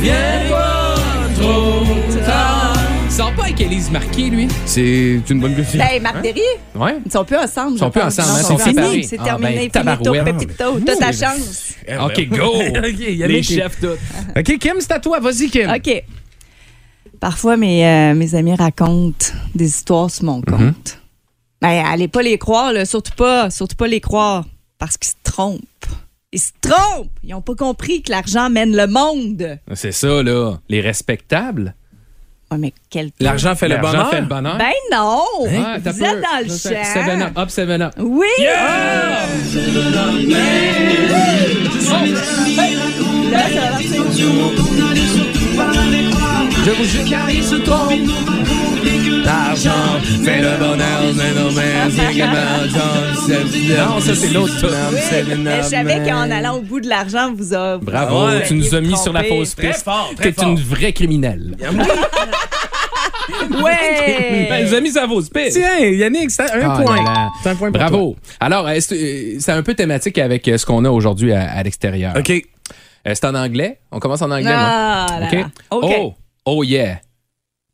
Speaker 5: Viens pas trop tard. Il sort pas avec Elise Marquis, lui.
Speaker 4: C'est une bonne question.
Speaker 6: Ben, Marc Derry,
Speaker 5: Ouais.
Speaker 6: ils sont plus ensemble. Ils
Speaker 5: sont plus ensemble, hein, ils sont séparés.
Speaker 6: C'est
Speaker 5: Ah, ben,
Speaker 6: terminé. Finito,
Speaker 5: tabarouette.
Speaker 6: pepito. T'as ta chance.
Speaker 5: Ah, ben. (laughs) OK, go.
Speaker 4: OK,
Speaker 5: Les
Speaker 4: Yannick.
Speaker 5: chefs toutes.
Speaker 4: OK, Kim, c'est à toi. Vas-y, Kim.
Speaker 5: Mm.
Speaker 6: OK. Parfois, mes, euh, mes amis racontent des histoires sur mon
Speaker 5: Mm-hmm.
Speaker 6: compte. Ben, allez pas les croire, là, surtout pas, surtout pas les croire, parce qu'ils se trompent. Ils se trompent. Ils n'ont pas compris que l'argent mène le monde.
Speaker 4: Ah.
Speaker 5: C'est ça, là. Les respectables.
Speaker 6: Ouais, mais quel
Speaker 4: L'argent fait le
Speaker 5: L'argent
Speaker 4: bonheur.
Speaker 5: fait le bonheur.
Speaker 6: Ben non!
Speaker 5: Ah, t'as
Speaker 6: Vous
Speaker 5: peur.
Speaker 6: êtes dans le
Speaker 5: Ça, Seven
Speaker 6: champ.
Speaker 5: up, up, seven
Speaker 4: Ah
Speaker 5: up.
Speaker 6: Oui! Ah! Là, ça va partir.
Speaker 5: Je vous jure.
Speaker 4: L'argent fait le bonheur. mais non, mais c'est que l'argent, c'est-
Speaker 5: Non, ça, c'est l'autre, ça.
Speaker 4: Non, c'est le
Speaker 6: Mais Je savais
Speaker 4: bonheur.
Speaker 6: qu'en allant au bout de l'argent, vous a.
Speaker 5: Bravo,
Speaker 4: Ouais.
Speaker 5: tu nous as mis sur la
Speaker 6: Trompé.
Speaker 5: fausse
Speaker 4: Très
Speaker 5: piste.
Speaker 4: fort, très
Speaker 5: T'es
Speaker 4: fort.
Speaker 5: une vraie criminelle. Ben,
Speaker 4: (laughs)
Speaker 5: elle nous
Speaker 6: Ouais!
Speaker 5: a mis sur la fausse piste.
Speaker 4: Tiens, Yannick, c'est un
Speaker 5: Ah
Speaker 4: point.
Speaker 5: là là.
Speaker 4: C'est un point pour
Speaker 5: Bravo. Alors, euh, c'est euh, c'est un peu thématique avec euh, ce qu'on a aujourd'hui à, à l'extérieur.
Speaker 4: toi. OK.
Speaker 5: Euh, c'est en anglais. On commence en anglais.
Speaker 6: Ah
Speaker 5: moi.
Speaker 6: là
Speaker 5: OK?
Speaker 6: là. OK.
Speaker 5: Oh, oh yeah.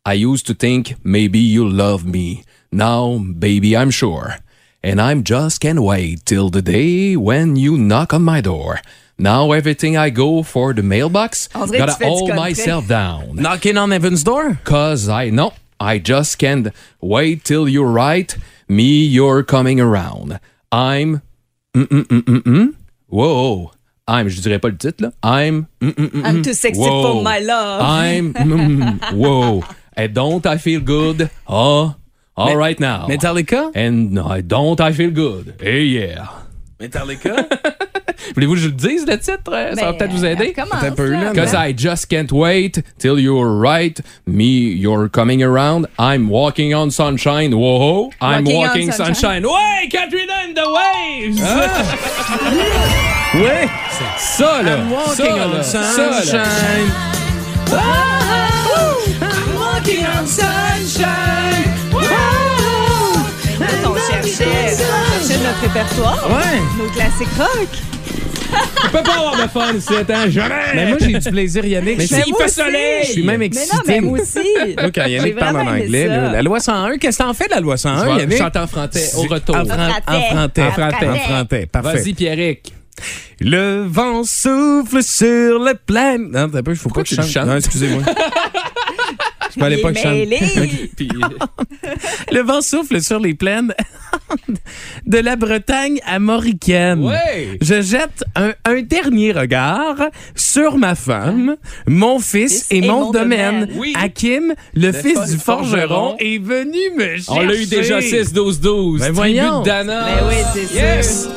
Speaker 5: I used to think maybe you love me. Now, baby, I'm sure. And I'm just can't wait till the day when you knock on my door. Now everything I go for the mailbox,
Speaker 6: On dirait que
Speaker 5: gotta
Speaker 6: tu fais du
Speaker 5: hold
Speaker 6: country.
Speaker 5: myself down.
Speaker 4: Knocking on Evan's door?
Speaker 5: Cause I know I just can't wait till you're right. Me, you're coming around. I'm. mm, Mm-mm-mm-mm-mm. Whoa. I'm. Je dirais pas le titre, là. I'm. Mm-mm-mm.
Speaker 6: I'm too sexy
Speaker 5: Whoa.
Speaker 6: for my love.
Speaker 4: Ah.
Speaker 5: I'm. Mm, whoa. And don't I feel good? Oh. All right now.
Speaker 4: Metallica?
Speaker 5: And I don't I feel good. Hey, yeah.
Speaker 4: Metallica?
Speaker 5: (laughs) Voulez-vous que je le dise, le titre? Euh, Ça va
Speaker 6: Ben,
Speaker 5: peut-être vous aider.
Speaker 6: Comment?
Speaker 4: T'as un peu, là,
Speaker 5: Because I just can't wait till you're right. Me, you're coming around. I'm walking on sunshine. Whoa, I'm
Speaker 6: Walking on
Speaker 5: walking sunshine.
Speaker 6: sunshine.
Speaker 5: Ouais, Katrina and the waves!
Speaker 4: oui!
Speaker 5: Ça, là!
Speaker 4: I'm walking
Speaker 5: ça,
Speaker 4: on
Speaker 5: là,
Speaker 4: sunshine.
Speaker 5: ça, là.
Speaker 6: Ah, On cherchait, on cherchait notre répertoire,
Speaker 4: Ouais!
Speaker 6: nos classiques rock.
Speaker 5: On peut pas avoir de fun ici, hein? Jamais!
Speaker 4: Mais moi, j'ai du plaisir, Yannick.
Speaker 5: Mais
Speaker 4: Je suis-
Speaker 6: Mais
Speaker 5: s'il
Speaker 6: moi
Speaker 5: fait
Speaker 6: aussi.
Speaker 5: soleil!
Speaker 4: Je suis même
Speaker 6: Mais
Speaker 4: excité.
Speaker 6: non, mais moi
Speaker 4: (laughs)
Speaker 6: aussi.
Speaker 4: Moi,
Speaker 6: (laughs)
Speaker 4: quand
Speaker 6: J'ai
Speaker 4: Yannick parle en
Speaker 6: vraiment aimé
Speaker 4: anglais,
Speaker 6: ça.
Speaker 4: là, la loi 101, qu'est-ce que t'en fais de la loi 101,
Speaker 5: Je vais
Speaker 4: Yannick?
Speaker 5: chanter en français au retour.
Speaker 4: En, fran- en
Speaker 6: français.
Speaker 4: français.
Speaker 6: En français.
Speaker 4: En français. Parfait.
Speaker 5: Vas-y, Pierrick.
Speaker 4: Le vent souffle sur le plan. Non, t'as peu, faut
Speaker 5: Pourquoi
Speaker 4: pas que je
Speaker 5: tu le
Speaker 4: chante.
Speaker 5: chantes?
Speaker 4: Non, excusez-moi.
Speaker 5: (laughs)
Speaker 4: Je
Speaker 6: Il
Speaker 4: fallait pas
Speaker 6: est
Speaker 4: que je chante.
Speaker 6: mêlé.
Speaker 5: Puis,
Speaker 4: Le vent souffle sur les plaines (laughs) de la Bretagne à Mauricaine.
Speaker 5: Ouais.
Speaker 4: Je jette un, un dernier regard sur ma femme, mon fils et, mon, domaine.
Speaker 5: Oui.
Speaker 4: Hakim, le, fils
Speaker 5: fo-
Speaker 4: du forgeron, est venu me chercher.
Speaker 5: on l'a eu déjà 6-12-12.
Speaker 4: Ben
Speaker 5: Tribut
Speaker 4: voyons.
Speaker 5: de Dana.
Speaker 6: Ben oui, c'est sûr.
Speaker 5: Yes!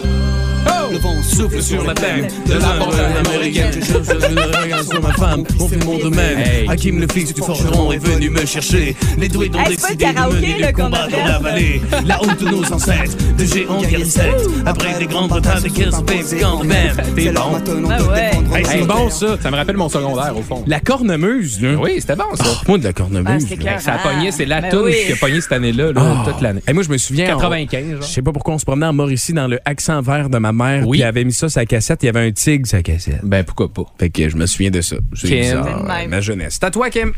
Speaker 4: Le vent souffle sur la plaine de la Bretagne américaine. Je cherche le regard (laughs) sur ma femme, mon fils, mon domaine.
Speaker 5: Hey.
Speaker 4: Hakim, le fils du forgeron, est venu me chercher. Les doués ont
Speaker 6: Hey, c'est pas
Speaker 4: décidé
Speaker 6: le
Speaker 4: de
Speaker 6: karaoké,
Speaker 4: mener
Speaker 6: là,
Speaker 4: le
Speaker 6: qu'on
Speaker 4: combat
Speaker 6: a
Speaker 4: dans
Speaker 6: fait.
Speaker 4: la vallée. La honte de nos ancêtres, de géants guerriers celtes. Après les grands batailles de Kills, Babes, Gambem. T'es bon.
Speaker 6: Ah ouais.
Speaker 5: Hey, bon, ça. Ça me rappelle mon secondaire, au fond.
Speaker 4: (laughs) La cornemuse, là.
Speaker 5: Oui, c'était bon, ça.
Speaker 4: Moi, de la cornemuse.
Speaker 6: Ah, c'est
Speaker 4: là.
Speaker 6: clair.
Speaker 5: Ça a pogné, c'est la
Speaker 6: Ben
Speaker 5: toune
Speaker 6: oui.
Speaker 5: qui a pogné cette année-là, là,
Speaker 4: Ah.
Speaker 5: toute l'année.
Speaker 4: Et moi, je me souviens. on-
Speaker 5: 95, genre.
Speaker 4: Je sais pas pourquoi on se promenait en Mauricie dans le accent vert de ma mère.
Speaker 5: Oui.
Speaker 4: Oui. il avait mis ça sa cassette. Il y avait un tigre sa cassette.
Speaker 5: Ben, pourquoi pas?
Speaker 4: Fait que je me souviens de ça. C'est
Speaker 5: Kim.
Speaker 4: bizarre, hein,
Speaker 5: C'est
Speaker 6: le même.
Speaker 4: ma jeunesse. C'est à toi, Kim.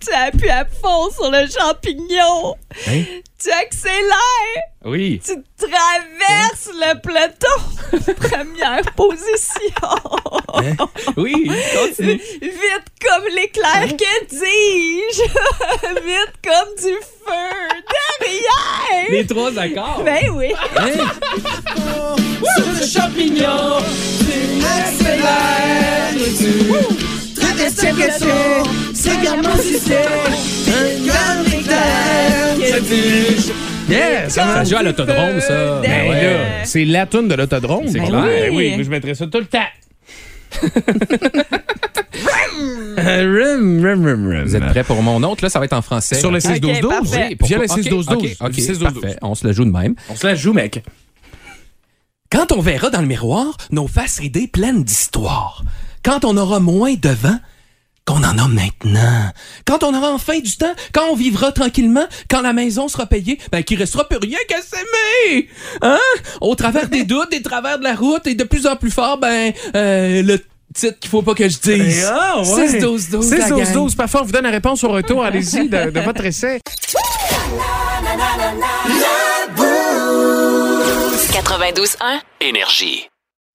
Speaker 6: Tu appuies à fond sur le champignon.
Speaker 4: Hein?
Speaker 6: Tu accélères.
Speaker 5: Oui.
Speaker 6: Tu traverses le peloton. (laughs) Première position.
Speaker 4: Hein?
Speaker 5: Oui, continue.
Speaker 6: Vite comme l'éclair que dis-je. (laughs) Vite comme du feu derrière.
Speaker 5: Les trois accords.
Speaker 6: Ben oui.
Speaker 4: Yes!
Speaker 5: Ça joue à l'autodrome, ça.
Speaker 4: Ben
Speaker 6: Ouais.
Speaker 4: là, c'est la toune de l'autodrome.
Speaker 5: C'est
Speaker 4: Ben
Speaker 5: clair.
Speaker 4: Ben oui, moi, je mettrais ça tout le temps. (laughs) Rum, rum, rum, rum.
Speaker 5: Vous êtes prêts pour mon autre? Là, ça va être en français.
Speaker 4: Sur le
Speaker 5: Oui,
Speaker 4: 6-12-12?
Speaker 6: parfait.
Speaker 4: Oui,
Speaker 5: pourquoi-
Speaker 4: via le
Speaker 5: OK,
Speaker 4: 6-12-12.
Speaker 5: OK, OK,
Speaker 4: Le 6-12-12.
Speaker 5: parfait. On se le joue de même.
Speaker 4: On se la joue, mec.
Speaker 5: Quand on verra dans le miroir nos faces ridées pleines d'histoire. Quand on aura moins de vent qu'on en a maintenant. Quand on aura enfin du temps, quand on vivra tranquillement, quand la maison sera payée, ben qu'il restera plus rien qu'à s'aimer. Hein? Au travers des doutes, des travers de la route et de plus en plus fort, ben euh, le titre qu'il faut pas que je
Speaker 4: Eh,
Speaker 5: dise.
Speaker 4: Ah,
Speaker 5: 6-12-12. la gang.
Speaker 4: 6-12-12. Parfait, on vous donne la réponse au retour. Allez-y de, de votre essai.
Speaker 1: 92.1.
Speaker 2: Énergie.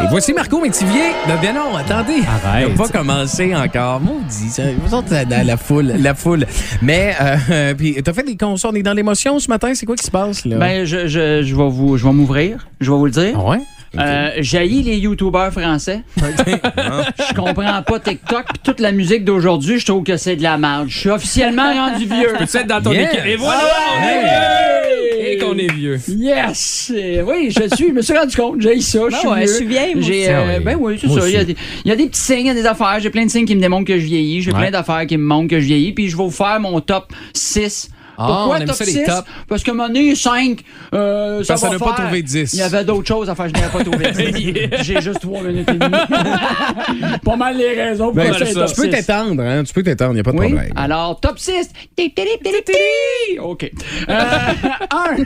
Speaker 4: Et voici Marco Métivier. Ben, ben non, attendez.
Speaker 5: Arrête.
Speaker 4: Il n'a pas commencé encore. Maudit. ça, Vous autres, dans la foule. La foule. Mais, euh, euh, (laughs) puis, t'as fait des concerts. On est dans l'émotion ce matin. C'est quoi qui se passe, là?
Speaker 7: Ben, je, je, je vais vous, je vais m'ouvrir, je vais vous le dire.
Speaker 4: Ah ouais?
Speaker 7: Euh, J'haïs les youtubeurs français. je comprends pas TikTok puis toute la musique d'aujourd'hui, je trouve que c'est de la merde. Je suis officiellement rendu vieux.
Speaker 5: Peux-tu être dans ton
Speaker 4: Yeah.
Speaker 5: équipe? Et voilà! on est vieux! Et qu'on est vieux.
Speaker 7: Yes! Euh, Oui, je suis, je me suis rendu compte, j'ai ça, je
Speaker 6: Ben
Speaker 7: suis
Speaker 6: ouais,
Speaker 7: vieux.
Speaker 6: je suis vieille, moi
Speaker 7: J'ai,
Speaker 5: aussi.
Speaker 7: euh, ben oui, c'est
Speaker 5: Ah Moi
Speaker 7: ça. Il y, a
Speaker 5: aussi.
Speaker 7: des, il y a des petits signes, il y a des affaires, j'ai plein de signes qui me démontrent que je vieillis, j'ai
Speaker 5: Ouais.
Speaker 7: plein d'affaires qui me montrent que je vieillis, puis je vais vous faire mon top 6.
Speaker 5: Ah, on
Speaker 7: Pourquoi
Speaker 5: aime
Speaker 7: top
Speaker 5: ça, les
Speaker 7: 6?
Speaker 5: tops.
Speaker 7: Parce que mon nez 5, euh, ça
Speaker 4: Parce
Speaker 7: va
Speaker 4: qu'on n'a pas
Speaker 7: faire.
Speaker 4: trouvé 10.
Speaker 7: Il y avait d'autres choses à faire, je n'avais pas trouvé
Speaker 5: (laughs)
Speaker 7: 10. J'ai juste 3 minutes et demie. (laughs) pas mal les raisons pour
Speaker 4: Ben,
Speaker 7: faire
Speaker 4: tu
Speaker 7: top
Speaker 4: peux
Speaker 7: 6.
Speaker 4: t'étendre, hein? Tu peux t'étendre, il n'y a pas de
Speaker 7: Oui.
Speaker 4: problème.
Speaker 7: Alors, top 6. OK. Euh, (laughs) un.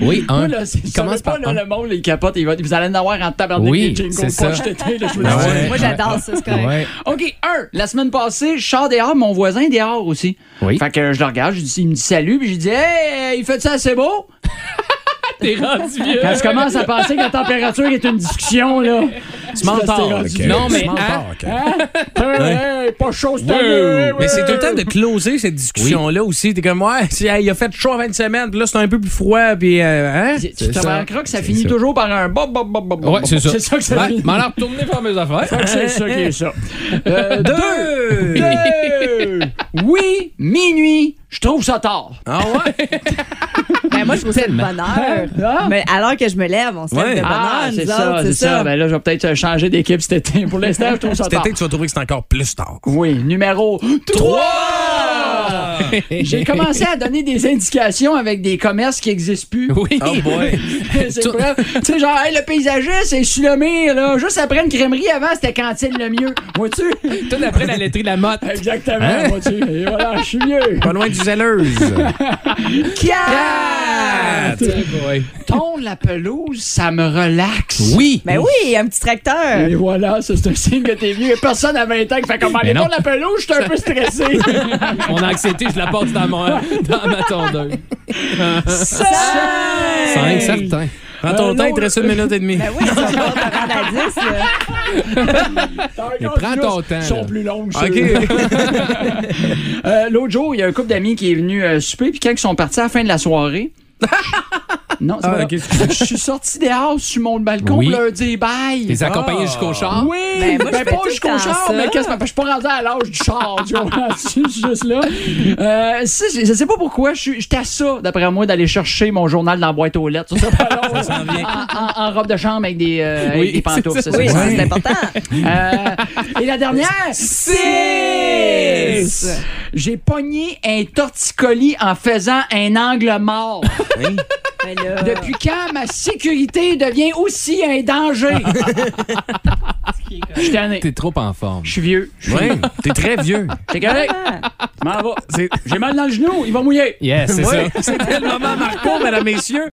Speaker 5: Oui, un.
Speaker 7: Moi, là, c'est-
Speaker 5: Il
Speaker 7: ça
Speaker 5: commence
Speaker 7: fait pas,
Speaker 5: par
Speaker 7: là,
Speaker 5: un.
Speaker 7: le monde, les capotes, ils vont- vous allez en avoir en tabarnak
Speaker 5: Oui,
Speaker 7: des jingles
Speaker 5: c'est ça.
Speaker 7: poche d'été, là, je vous le
Speaker 5: Ah
Speaker 7: dis.
Speaker 5: ouais.
Speaker 6: Moi, j'adore ça, c'est correct.
Speaker 5: Ouais.
Speaker 7: OK, un. La semaine passée, je sors dehors, mon voisin est dehors aussi.
Speaker 5: Oui.
Speaker 7: Fait que je le regarde, je dis, il me dit salut, puis je dis, hey, il fait ça assez beau?
Speaker 5: (laughs) T'es rendu vieux.
Speaker 7: Quand je commence à penser que la température est une discussion, là. Tu
Speaker 5: Mentor. Non, mais. hein,
Speaker 7: pas chaud, cette
Speaker 5: Wow.
Speaker 7: année, ouais.
Speaker 4: Mais c'est tout le temps de closer cette discussion-là aussi. T'es comme, ouais, c'est- hey, il a fait chaud en 20 semaines, puis là, c'est un peu plus froid, puis euh, hein?
Speaker 7: Tu
Speaker 5: C'est
Speaker 7: te
Speaker 5: ça.
Speaker 7: remarqueras que ça finit
Speaker 5: ça.
Speaker 7: toujours par un bob, bob, bob, bob, bob.
Speaker 5: Ouais, c'est ça.
Speaker 7: (laughs) C'est ça que ça
Speaker 5: Ouais,
Speaker 7: finit.
Speaker 5: M'en a retourné vers mes affaires.
Speaker 7: (laughs) C'est ça qui est ça. Euh,
Speaker 4: Deux!
Speaker 7: deux. Oui, minuit, je trouve ça tard.
Speaker 4: (laughs) Ah
Speaker 7: (laughs)
Speaker 4: ouais?
Speaker 6: Ben, moi, je trouve ça de bonne heure.
Speaker 7: Ah.
Speaker 6: Mais à l'heure que je me lève, on se lève
Speaker 4: Ouais.
Speaker 6: de bonne heure, Ah, nous autres, c'est ça.
Speaker 7: Ben là, je vais peut-être euh, changer d'équipe cet été. Pour l'instant, je trouve ça
Speaker 4: Cet
Speaker 7: tard.
Speaker 4: été, tu vas trouver que c'est encore plus tard.
Speaker 7: Oui, numéro (laughs) 3! J'ai commencé à donner des indications avec des commerces qui n'existent plus.
Speaker 5: Oui.
Speaker 4: Oh boy!
Speaker 7: (laughs) c'est vrai. Tu sais, genre, hey, le paysagiste, c'est Sulomir, là. Juste après une crèmerie, avant, c'était Cantine le mieux. Vois-tu? Hein?
Speaker 5: Tout après la laiterie de la motte.
Speaker 7: (laughs) Exactement, vois-tu? Et voilà, je suis mieux.
Speaker 4: Pas loin du zèleuse.
Speaker 7: Quatre! Ton la pelouse, ça me relaxe.
Speaker 5: Oui.
Speaker 6: Ben oui, un petit tracteur.
Speaker 7: Et voilà, ça, c'est un signe que t'es vieux. Personne à 20 ans qui fait comme aller
Speaker 5: non.
Speaker 7: pour la pelouse, je suis un
Speaker 5: (laughs)
Speaker 7: peu stressé.
Speaker 5: Mon anxiété, je la porte dans,
Speaker 4: (laughs)
Speaker 5: mon, dans ma tondeuse. Cinq, certain.
Speaker 4: Prends ton
Speaker 7: Euh,
Speaker 4: temps,
Speaker 7: non,
Speaker 4: il te reste une minute et
Speaker 7: (laughs)
Speaker 4: demie.
Speaker 6: Ben oui, ça va, on va rendre à 10. là.
Speaker 5: Mais prends ton temps,
Speaker 7: Ils sont
Speaker 5: là. Ah.
Speaker 7: plus longs. ceux-là. (laughs)
Speaker 4: OK.
Speaker 7: Euh, L'autre jour, il y a un couple d'amis qui est venu euh, souper, puis quand ils sont partis à la fin de
Speaker 5: (laughs)
Speaker 7: la soirée. non, c'est
Speaker 4: Ah,
Speaker 7: pas là.
Speaker 4: ok.
Speaker 7: Je suis sorti dehors sur mon balcon
Speaker 5: Oui.
Speaker 7: pour leur dire bye.
Speaker 5: Les accompagner jusqu'au char.
Speaker 7: Oui,
Speaker 6: Ben,
Speaker 7: ben,
Speaker 6: moi, je fais tout
Speaker 7: pas
Speaker 6: le temps
Speaker 7: jusqu'au char,
Speaker 6: ça.
Speaker 7: mais qu'est-ce que je suis pas rendu à l'âge du char, tu
Speaker 5: (laughs)
Speaker 7: vois, (laughs) c'est juste là. Euh, si, je, je sais pas pourquoi, je suis- j'étais à ça, d'après moi, d'aller chercher mon journal dans la boîte aux lettres. Ça,
Speaker 5: (laughs)
Speaker 7: c'est pas long. En, en- en robe de chambre avec des, euh, avec
Speaker 5: Oui,
Speaker 7: des pantoufles,
Speaker 5: c'est
Speaker 7: c'est
Speaker 5: ça.
Speaker 7: ça.
Speaker 6: Oui, ça, c'est
Speaker 4: Ouais.
Speaker 6: important.
Speaker 7: Euh, et la dernière,
Speaker 5: (laughs)
Speaker 7: six. J'ai pogné un torticolis en faisant un angle mort.
Speaker 5: (laughs)
Speaker 6: Ben là,
Speaker 7: Depuis quand ma sécurité devient aussi
Speaker 5: (laughs)
Speaker 7: un danger? Je suis tanné.
Speaker 5: T'es trop en forme.
Speaker 7: Je suis vieux. Je suis
Speaker 4: Oui,
Speaker 7: vieux.
Speaker 4: t'es très vieux. Ah.
Speaker 7: C'est correct. Je M'en va. J'ai mal dans le genou. Il va mouiller.
Speaker 5: Yes, c'est
Speaker 4: Ouais,
Speaker 5: ça.
Speaker 4: (laughs) C'était le moment Marco, mesdames, messieurs.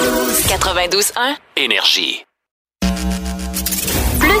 Speaker 1: 92.1.
Speaker 2: Énergie.
Speaker 1: Plus